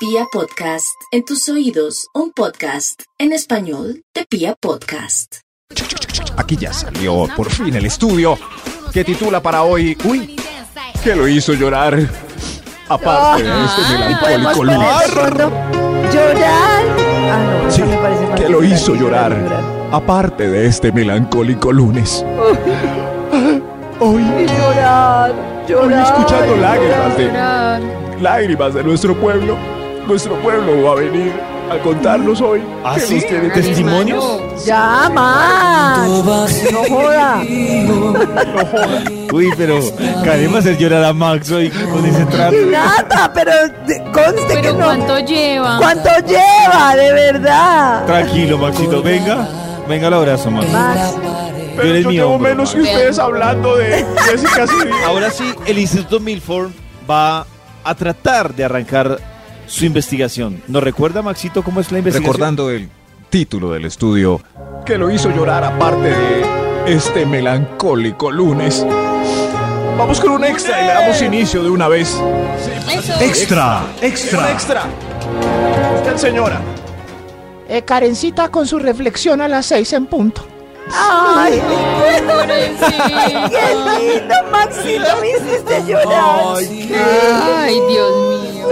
Pia Podcast, en tus oídos, un podcast en español de Pia Podcast. Aquí ya salió por fin el estudio que titula para hoy, uy, que lo hizo llorar. Aparte de este melancólico lugar. Llorar. Ah, no, Sí, eso me parece más que lo llorar, hizo llorar. Aparte de este melancólico lunes. Hoy, Llorar, hoy llorar. escuchando lágrimas de, lágrimas de nuestro pueblo, nuestro pueblo va a venir a contarnos hoy. que nos tiene ¿Ah, ¿Testimonios? Ya, más. No joda. Uy, pero Karen va a hacer llorar a Max hoy con ese trato. Nata, pero de- conste que Pero no. ¿cuánto lleva? ¿Cuánto lleva, de verdad? Tranquilo, Maxito, venga. Venga al abrazo, Max. Max, Tú Pero eres yo mi llevo hombro, menos que Max. ustedes hablando de Jessica Civil. Ahora sí, el Instituto Milford va a tratar de arrancar su investigación. ¿Nos recuerda, Maxito, cómo es la investigación? Recordando el título del estudio que lo hizo llorar aparte de este melancólico lunes. Vamos con un extra y le damos inicio de una vez. Extra, Un extra. Usted, señora. Eh, Karencita con su reflexión a las seis en punto. Ay, qué Pobrecito. lindo, Maxito, me hiciste llorar. Ay, Dios mío.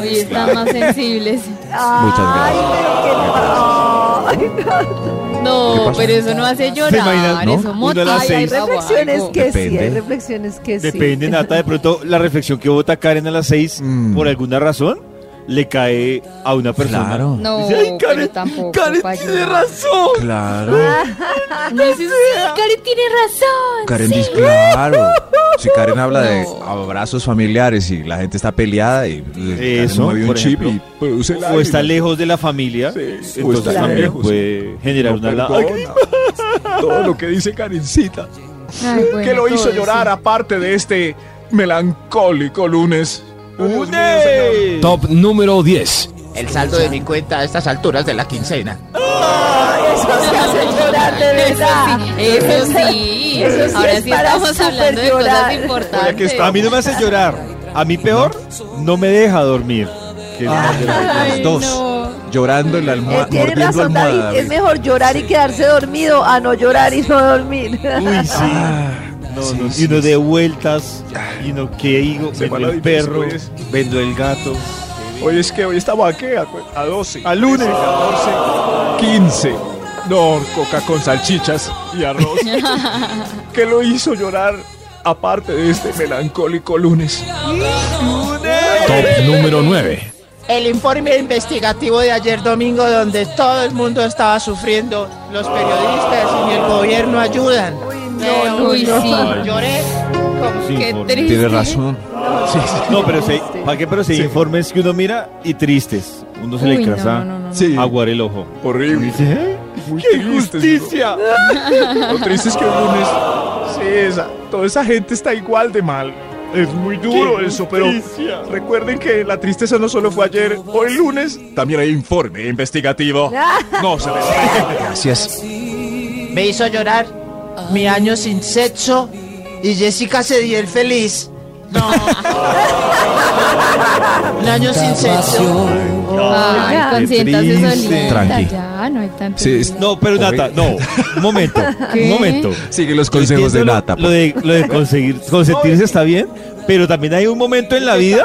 Hoy están más sensibles. Ay, pero qué No, pero eso no hace llorar. imaginas, no? Eso Uno a motiva. las Ay, hay seis. eso reflexiones algo. que sí, hay Depende. reflexiones que sí. Depende, Nata, de pronto la reflexión que vota Karen a las seis, Mm. por alguna razón, le cae a una persona. Claro. No, Dice, "Ay, pero Karen, tampoco. Karen pa' tiene llorar. razón. Claro. Ah, No, sí, sí, Karen tiene razón. Karen dice, claro. Si Karen habla de No. abrazos familiares y la gente está peleada y eh, Karen Eso, mueve un por chip ejemplo. y produce o lágrimas. está lejos de la familia, Sí, o entonces está también lejos. puede generar No una la- perdona. Todo lo que dice Karencita. Ay, bueno, que lo hizo todo llorar eso. aparte de este melancólico lunes. ¡Une! Top número 10. El saldo de mi cuenta a estas alturas de la quincena. Ay, eso se hace llorar, de verdad. Eso sí. Eso sí Ahora es sí para estamos hablando de cosas superllorar. importantes. Oye, que está- a mí no me hace llorar. A mí peor, no me deja dormir. Que- Ay, Dos. no. Llorando en la almohada, Eh, tiene mordiendo razón, David. almohada. Es mejor llorar y quedarse dormido a no llorar y no dormir. Uy, sí. No, no, y uno de vueltas, y uno que digo, Se vendo van a el dividir, perro, pues. vendo el gato. Hoy es que hoy estamos aquí a, cu- a 12. Al lunes. 14, 15. No, coca con salchichas y arroz. que lo hizo llorar aparte de este melancólico lunes. Top número 9. El informe investigativo de ayer domingo donde todo el mundo estaba sufriendo, los periodistas y ni el gobierno ayudan. no, no, Uy, no. sí. Lloré. como- Sí, Qué por- triste. No, pero sí, ¿para qué? Pero si hay informes que uno mira y tristes. Uno se le Uy, no, casa no, no, no. Sí. aguar el ojo. Horrible. Muy ¡Qué triste, injusticia! Lo triste es que el lunes. Sí, esa, toda esa gente está igual de mal. Es muy duro eso, pero recuerden que la tristeza no solo fue ayer, hoy lunes también hay informe investigativo. Ah. No se les Gracias. Me hizo llorar mi año sin sexo y Jessica se dio el feliz. No. Un año sin sexo. Ay, Ay, consiéntase triste. solita. Tranqui. Ya, no hay tanto. Sí, es- No, pero Nata, no. Un momento, ¿Qué? un momento. Sigue los Entiendo lo- Lo, de, lo de conseguir, consentirse está bien, pero también hay un momento en la vida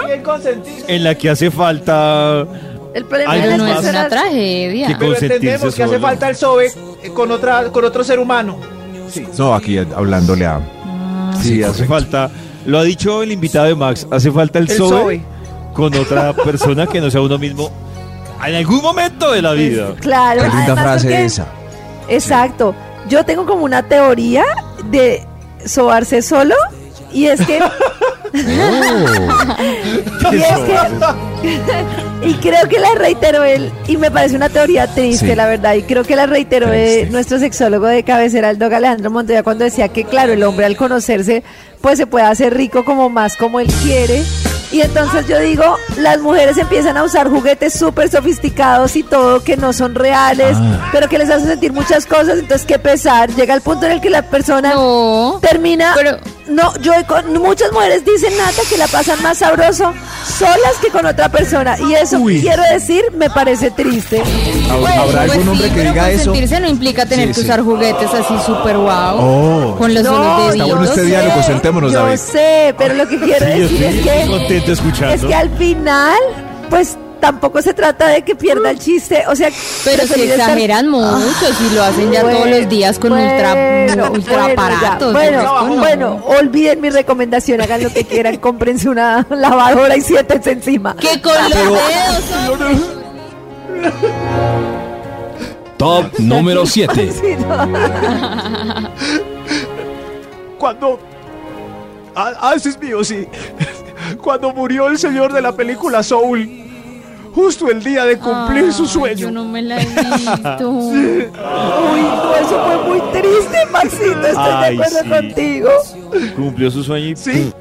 en la que hace falta. El problema Ay, de las Pero no es una personas. tragedia. Qué Pero Consentirse entendemos que hace solo. falta el sobe eh, con, otra, con otro ser humano. pues. No, aquí hablándole a. Ah. Sí, hace falta. Lo ha dicho el invitado de Max, hace falta el, El sobe, sobe. con otra persona que no sea uno mismo en algún momento de la vida. Claro. además, porque- Exacto. Yo tengo como una teoría de sobarse solo y es que Oh, y es que- y creo que la reiteró él y me parece una teoría triste Sí. la verdad y creo que la reiteró eh, Triste. nuestro sexólogo de cabecera el doc Alejandro Montoya cuando decía que claro el hombre al conocerse pues se puede hacer rico como más como él quiere y entonces yo digo las mujeres empiezan a usar juguetes súper sofisticados y todo que no son reales Ah. pero que les hace sentir muchas cosas entonces qué pesar llega el punto en el que la persona No. termina Pero, No, yo he con- muchas mujeres dicen Nata que la pasan más sabroso solas que con otra persona y eso Uy. quiero decir me parece triste. Pues, Ah, ¿Habrá pues algún sí, hombre que pero diga eso? consentirse no implica tener Sí, que sí. usar juguetes así súper guau. Oh. con los No, unos Está deditos. bueno este sé, diálogo, sentémonos, yo David. sé, pero lo que quiero Sí, yo decir es estoy que contento escuchando. es que al final pues tampoco se trata de que pierda el chiste, o sea, Pero si preferir estar- exageran mucho, si lo hacen ya todos los días con ultra, Ah. Bueno, ultra bueno, aparatos. ya. esto Bueno, no. bueno, olviden mi recomendación, hagan lo que quieran, cómprense una lavadora y siéntense encima. Que con los dedos. Top número 7. Sí, no. Cuando. Ah, ah, ese es mío, sí. Cuando murió el señor de la película Soul. Justo el día de cumplir su Ay, sueño. Ah, Yo no me la he visto. Uy, no, eso fue muy triste, Maxito, estoy Ay, de acuerdo sí. contigo. Cumplió su sueño y Sí.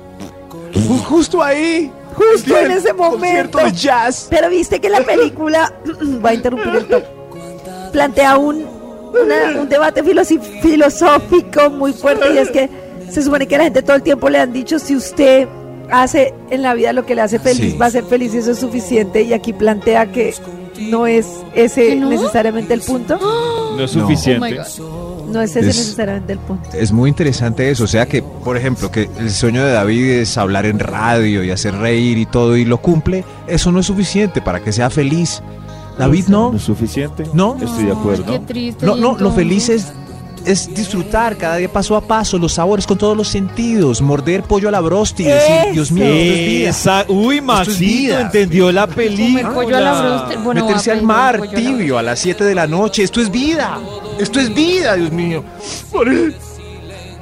Ju- Justo ahí. Justo el día en del ese concierto momento. de jazz. Pero viste que la película, va a interrumpir el top, plantea un, una- un debate filosi- filosófico muy fuerte y es que se supone que a la gente todo el tiempo le han dicho si usted hace en la vida lo que le hace feliz, Sí. va a ser feliz y eso es suficiente y aquí plantea que no es ese ¿Que no? necesariamente el punto, no es No. Oh my suficiente. God. no es ese Es- necesariamente el punto. Es muy interesante eso, o sea que, por ejemplo, que el sueño de David es hablar en radio y hacer reír y todo y lo cumple, eso no es suficiente para que sea feliz. David no, No es suficiente. No. Estoy de Qué acuerdo. triste. no, ¿y no, lo entonces? feliz es, es disfrutar cada día paso a paso, los sabores con todos los sentidos, morder pollo a la brosti y decir, Dios mío, esto es vida". Esa- Uy, Maxito, vida. entendió la Comer película. pollo a la broster. Bueno, pues, voy a Meterse al aprender mar pollo a la tibio a las 7 de la noche, esto es vida, esto es vida, Dios mío. Por- que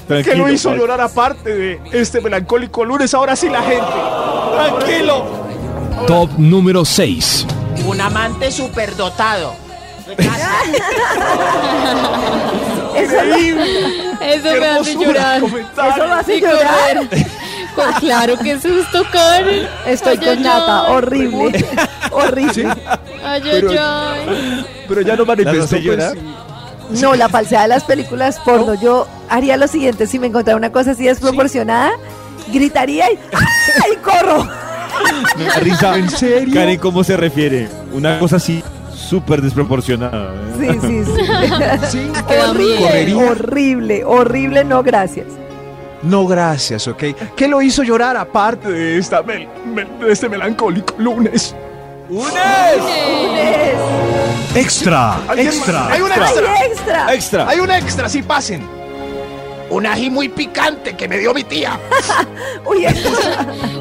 Tranquilo, lo hizo Max. llorar aparte de este melancólico lunes. Ahora sí la gente. Tranquilo. Top número 6. Un amante superdotado. Casi Eso, lo- broster. Eso me hace Hermosura de llorar. comentario. eso lo hace Y llorar. comer. Pues claro, qué susto, Karen. Estoy Ay, con ay, Nata, ay. horrible, horrible. Ay, Pero- ay, ay. Pero ya no ¿La manifestó. hace llorar? pues, sí. No, la falsedad de las películas porno. Yo haría lo siguiente, si me encontrara una cosa así desproporcionada, gritaría y, ¡ah! y corro. Me da risa. ¿En serio? Karen, ¿cómo se refiere? Una cosa así súper desproporcionada. ¿eh? Sí, sí, sí. Sí. horrible, Correría. horrible, horrible, no gracias. No, gracias, ¿ok? ¿Qué lo hizo llorar aparte de, esta mel- mel- de este melancólico lunes? Es- Extra, ¿Alguien más? Hay un ¡Ay, extra. extra! Extra. Hay un extra, sí, pasen. Un ají muy picante que me dio mi tía. Uy, esto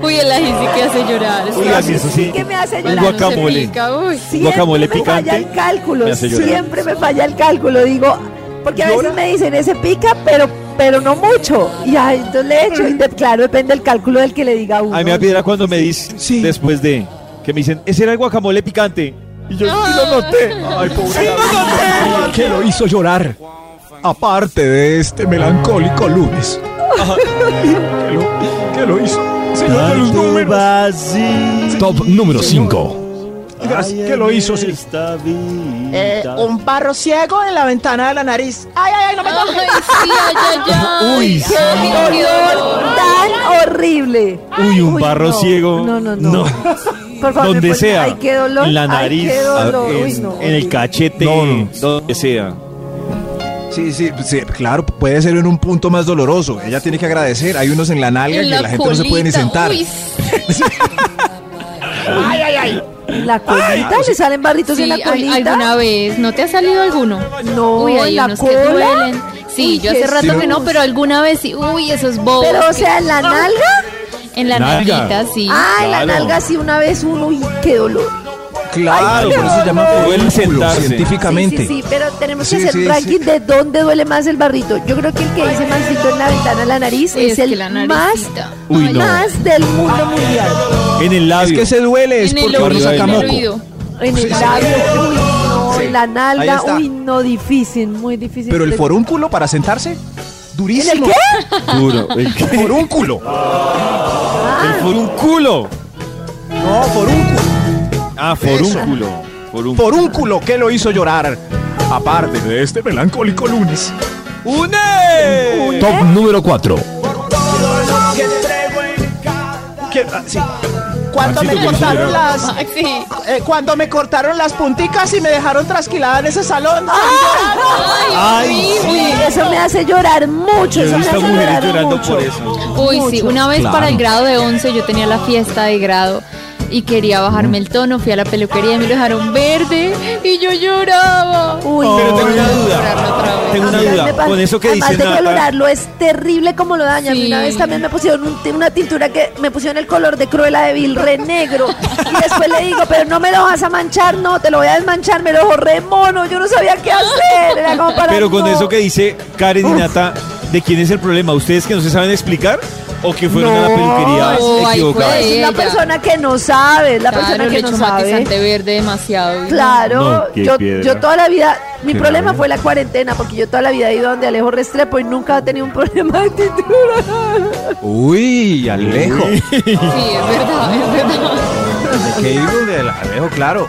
Uy, el ají sí que hace llorar. Uy, está- así, eso sí. que me hace llorar. Bueno, no se guacamole. pica, uy. Siempre guacamole me falla picante el cálculo, me hace llorar. siempre me falla el cálculo, digo, porque a veces me dicen, ese pica, pero pero no mucho. Y ay, entonces le echo, y de- claro, depende del cálculo del que le diga uno. A mí me piedra cuando me dicen, Sí. después de, que me dicen, ese era el guacamole picante. Y yo sí lo noté. Ay, pobre. ¿Qué lo hizo llorar? Aparte de este melancólico lunes. ¿Qué lo, qué lo hizo? Señor de los Tanto números. vacío. Top número 5. Gracias, Ay, ¿qué lo en hizo? Sí. esta vida. Eh, un barro ciego en la ventana de la nariz. Ay, ay, ay, no me Ay, sí, ay, ay, ay. Uy, Qué dolor. tan horrible. Uy, un barro no. ciego. No, no, no. Por favor, me Donde ponen- sea. Ay, qué dolor. En la ay, nariz. qué dolor, en, uy, no, en horrible. el cachete. No, no. Donde sea. Sí, sí, sí, claro, puede ser en un punto más doloroso. Ella tiene que agradecer. Hay unos en la nalga que En la, gente no se puede ni colita, sentar. uy, En la colita, le salen barritos sí, en la al- colita. alguna vez. ¿No te ha salido alguno? No, Uy, hay en la unos cola. que duelen. Sí, Uy, yo hace Jesús. rato que no, pero alguna vez sí. Uy, esos bobos. Pero, o que- Ah. sea, en la nalga. en la Nalga. nalguita, sí. Ah, en la claro. nalga sí, una vez uno. Uy, qué dolor. Claro, Ay, por eso se llama no. Duele folículo sentarse. científicamente. Sí, sí, sí, pero tenemos que Sí, hacer sí, ranking de dónde duele más el barrito. Yo creo que el que dice Maxito en la ventana de la nariz es, Es que el la más, naricita. Uy, no. más del mundo mundial. En el labio. Es que se duele, es en el porque uno oído, saca en el moco. oído. En el Sí, sí. labio, uy, no, Sí, en la ahí nalga, está. uy, no, difícil, muy difícil. Pero el De- forúnculo para sentarse, durísimo. Duro. El, ¿El Forúnculo. el forúnculo. No, forúnculo. Ah, forúnculo. Forúnculo. Forúnculo, ¿qué lo hizo llorar? Aparte de De este melancólico lunes. ¡Une! Top número 4. Todo quiero. ah, sí. Cuando me Maxito, cortaron las, Maxi. eh, cuando me cortaron las punticas y me dejaron trasquilada en ese salón. Ah. Ay, Uy, eso me hace llorar mucho. yo he Eso me visto hace mujeres llorar llorando mucho. por eso. Uy, sí, una vez para el grado de 11 yo tenía la fiesta de grado y quería bajarme el tono, fui a la peluquería y me lo dejaron verde y yo lloraba. Uy, Pero tengo una Llorarlo duda. otra vez. Tengo una A mí también me duda. pasa- Con eso que Además dice de Nata. colorarlo es terrible como lo daña. A mí Una Sí. vez también me pusieron un ti- una tintura que me pusieron el color de Cruella de Vil, re negro. Y después le digo, pero no me lo vas a manchar, no, te lo voy a desmanchar, me lo dejó re mono, yo no sabía qué hacer. Era como para Pero con no. eso que dice Karen y Nata, ¿de quién es el problema? ¿Ustedes que no se saben explicar? ¿O que fueron a la No, peluquería ahí equivocada? fue. Es la ella. persona que no sabe, es la persona Claro, le que no echo sabe. matizante verde demasiado. y Claro, No, qué yo, piedra. yo toda la vida, mi Qué problema rabia. fue la cuarentena, porque yo toda la vida he ido donde Alejo Restrepo y nunca he tenido un problema de tintura. Uy, Alejo. no. Sí, es verdad, es verdad. ¿Qué digo de Alejo? Claro.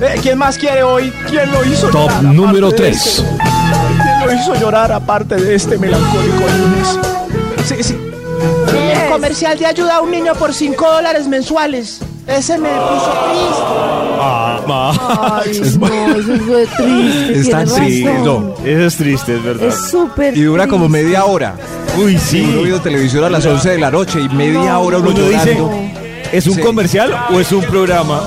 Eh, ¿Quién más quiere hoy? ¿Quién lo hizo Top llorar? número aparte de 3. este? ¿Quién lo hizo llorar aparte de este melancólico lunes? Sí, sí. El comercial de ayuda a un niño por 5 dólares mensuales. Ese me puso triste. Ay, no, eso es re triste. Es tan tiene triste, razón. no. Eso es triste, es verdad. Es súper. Y dura como triste. media hora. Uy, Sí. Uno sí. vio televisión a las 11 de la noche y media hora uno Uno dice, llorando. ¿es un Sí. comercial o es un programa?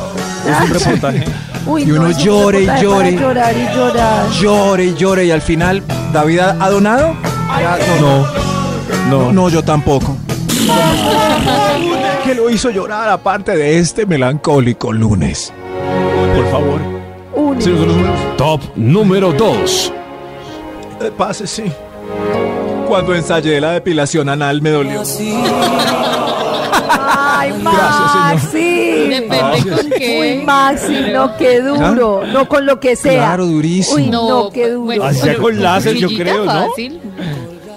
Es un reportaje. Uy, y uno eso llore y puta, es para llore. llorar y llorar. Llore y llore y al final, ¿David ha ha donado? Ya, no, no, no, yo tampoco. ¿Quién lo hizo llorar aparte de Este melancólico lunes. Por favor. Uno. Señor de los números, Top número 2. eh, pase, sí. Cuando ensayé la depilación anal me dolió. Ay, Maxi. Depende con qué. Uy, Maxi, no, qué duro. No con lo que sea. Claro, durísimo. Uy, no, qué pues, duro. bueno, Así sea con láser, yo cuchillita creo, ¿no? fácil.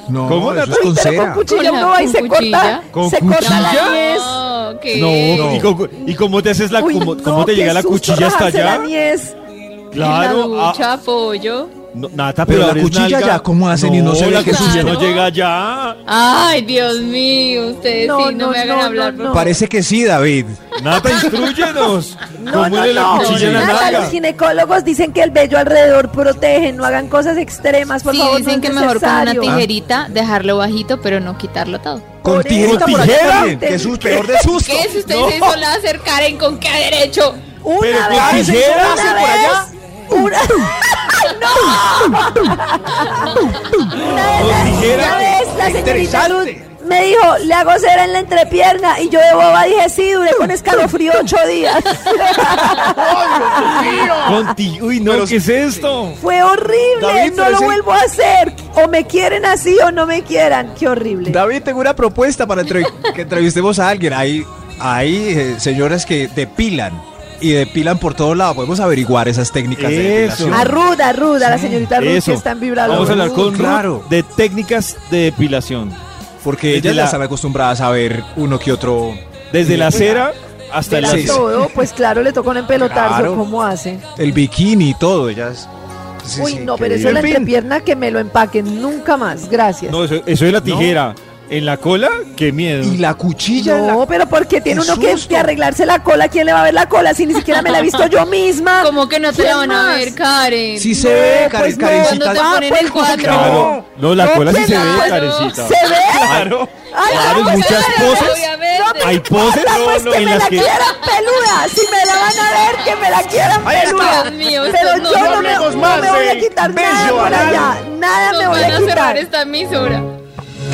No, ¿Cómo, eso es Natalia? Pero con con cera. cuchilla Con la- uno va y con se corta. cuchilla. ¿Con se corta la cuchilla? niez. No, ¿qué? No, ¿y cómo, y cómo te haces la Uy, cómo, no, cómo te qué llega la susto cuchilla hasta rajarse allá? la niez. En Claro, la ducha, ah, pollo. no, Nata, pero, Pero la abres cuchilla nalga. ya, ¿cómo hacen y no se ve la que cuchilla sucede? no llega allá. Ay, Dios mío, ustedes No, sí, no, no, me hagan no, hablar. no, por no. Parece que sí, David. Nata, instruyenos. No, ¿Cómo no, le Pues la no. cuchilla en la Nada, nalga? los ginecólogos dicen que el vello alrededor protege, no hagan cosas extremas, por sí, favor, dicen no que es mejor con una necesario. tijerita dejarlo bajito, pero no quitarlo todo. Con Por tijera. eso, por allá ¿Tijera? también, Que es un peor de susto. ¿Qué es? ¿Ustedes se hizo láser, Karen? ¿Con qué derecho? Una Pero con vez, tijeras, una ¿sí, por vez, allá? Una... ¡Ay, no! una vez, la- tijeras. una vez la señorita Luz me dijo, le hago cera en la entrepierna y yo de boba dije, sí, duré con escalofrío ocho días. Con ti- Uy, no, ¿qué es esto? Fue horrible, David, no pero lo ese- vuelvo a hacer. O me quieren así o no me quieran. Qué horrible. David, tengo una propuesta para entrev- que entrevistemos a alguien. Hay, hay eh, señoras que depilan y depilan por todos lados. Podemos averiguar esas técnicas de Eso. depilación. A Ruda, Ruda, la señorita Ruda Eso. que está en vibrador. Vamos a hablar con Ruth Claro. de técnicas de depilación. Porque Desde ellas la- ya están acostumbradas a ver uno que otro. Desde la cera hasta De el la Sí. láser. todo, pues claro, le tocó un empelotarzo, Claro. ¿cómo hace? El bikini y todo. Ellas. sí, Uy, sí, no, qué pero eso bien. es la En fin. entrepierna que me lo empaquen nunca más, gracias. No, eso, eso es la tijera. ¿En la cola? ¡Qué miedo! Y la cuchilla. en la- No, pero porque tiene Qué uno que, susto. que arreglarse la cola, ¿quién le va a ver la cola si ni siquiera me la he visto yo misma? ¿Cómo que no te ¿Quién la van a más? ver, Karen? Sí se ve, Karen, pues no. Karencita. Cuando te Ah, ponen pues el cuatro. Claro. No, la No, cola sí pues, se ve, ah, carecita. ¿Se ve? Claro. Ay, Claro, pues, muchas espera, poses. Obviamente. Hay poses Puta, pues que en me la las que. quieran peluda. Si me la van a ver, que me la quieran peluda. Dios mío, Pero estos no yo no, me, hablemos no más me voy a de quitar nada bello por anal. allá. Nada Nos me voy van a a cerrar quitar. esta emisora.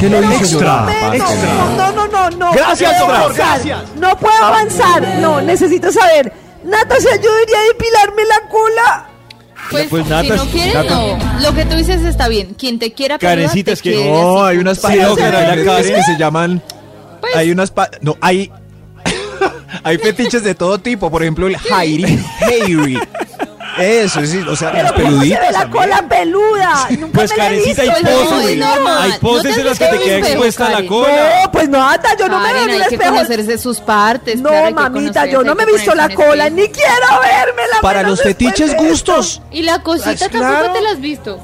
¿Qué lo hizo? Extra, Aparte, Menos. No, no, no, no. Gracias, no puedo doctor, avanzar. gracias. No puedo avanzar. No, necesito saber. Nata, ¿se ayudaría a depilarme la cola? Pues, pues, si Nata, no quieres, Nata. no. Lo que tú dices está bien. Quien te quiera peluda, Karencita, te es que- quiere No, así. hay unas Sí, no, páginas Karen, la de redes Karen. que se llaman. Pues- Hay unas pa- No, hay. hay fetiches de todo tipo. Por ejemplo, el Hairi. Hairi. Eso, sí, o sea, las Pero ¿cómo se ve peluditas. la cola peluda? Nunca Pues me la he Karencita, hay visto. Pues, no, poses. es normal. Hay poses No en las que te te queda espejo, expuesta la Karen. cola. No, pues Nata, yo no me veo Karen, en un hay que espejo. conocerse sus partes. No, claro, hay que mamita, conocerse, yo no hay me he que visto la ponerse en cola, espejo. ni quiero vérmela. Para menos los después fetiches de esto. gustos. Y la cosita Pues, tampoco claro. te la has visto.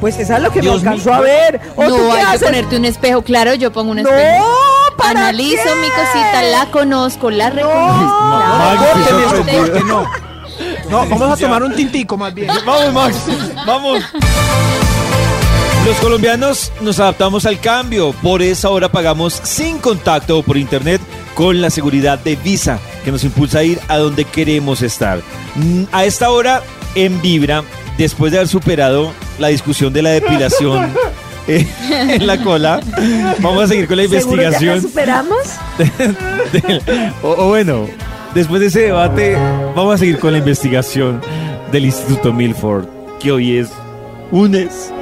Pues esa es lo que Dios me alcanzó mío. a ver. ¿O tú no, qué hay que haces? ponerte un espejo. Claro, yo pongo un No, espejo. ¿para analizo qué? mi cosita, la conozco, la reconozco. Ma- Max, Córteme estoy este. sorprendido. No. No, Vamos a tomar un tintico más bien. Vamos, Max, vamos. Los colombianos nos adaptamos al cambio, por eso ahora pagamos sin contacto o por internet con la seguridad de Visa, que nos impulsa a ir a donde queremos estar. Mm, A esta hora, en Vibra, después de haber superado la discusión de la depilación eh, en la cola, vamos a seguir con la ¿Seguro ya la investigación. superamos? del- o, o bueno, después de ese debate, vamos a seguir con la investigación del Instituto Milford, que hoy es UNES.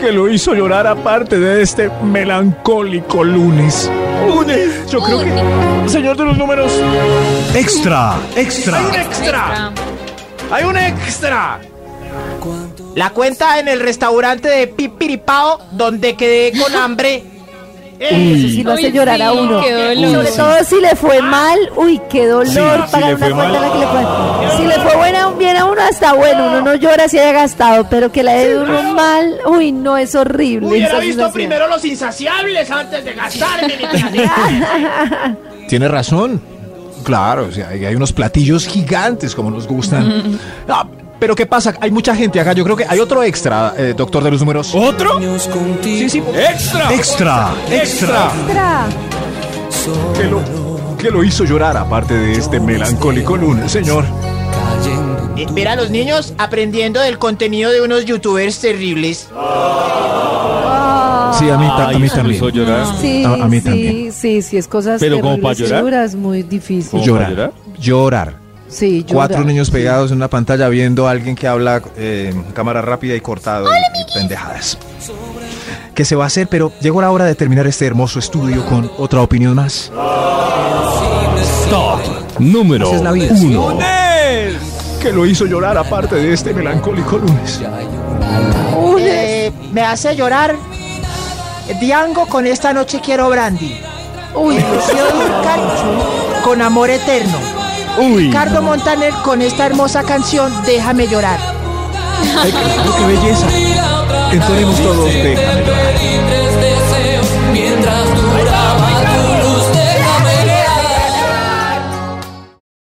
que lo hizo llorar aparte de este melancólico lunes. Lunes. Yo creo que, señor de los números, Extra, extra. extra. Hay un extra. La cuenta en el restaurante de Pipiripao, donde quedé con hambre. Eh, Eso sí lo hace Uy, llorar a sí, uno. qué dolor. Ah. Sobre Sí. todo si le fue mal, uy, qué dolor Sí, si pagar le una fue cuenta mal. a la que le fue. Si le fue buena, bien a uno, hasta bueno, uno no llora si haya gastado, pero que la de uno mal, uy, no, es horrible. Hubiera esa visto sensación. primero los insaciables antes de gastarme mi Tiene razón. Claro, o sea, hay hay unos platillos gigantes como nos gustan. Ah, pero ¿qué pasa? Hay mucha gente acá. Yo creo que hay otro extra, eh, doctor de los números. ¿Otro? Sí, sí. ¡Extra! Extra, extra. Extra. Que lo, que lo hizo llorar aparte de este melancólico lunes, señor. Eh, Ver a los niños aprendiendo del contenido de unos youtubers terribles. Sí, a mí, ta- Ay, a mí eso me hizo también. llorar. Sí, A- a mí sí, también. sí, sí, es cosas Pero como terribles para llorar. duras, muy difícil. ¿Cómo para llorar? Llorar. Llorar. Sí, llorar. Cuatro niños pegados en una pantalla viendo a alguien que habla eh, en cámara rápida y cortado. y- y pendejadas. Que se va a hacer, pero llegó la hora de terminar este hermoso estudio con otra opinión más. Número Así es la vida. uno. Que lo hizo llorar aparte de este melancólico lunes. Eh, me hace llorar. Diango con esta noche quiero brandy. Uy, Rocío Dúrcal con amor eterno. Uy. Ricardo Montaner con esta hermosa canción Déjame llorar. Ay, qué, qué belleza. Entonemos todos. Déjame llorar. deseos mientras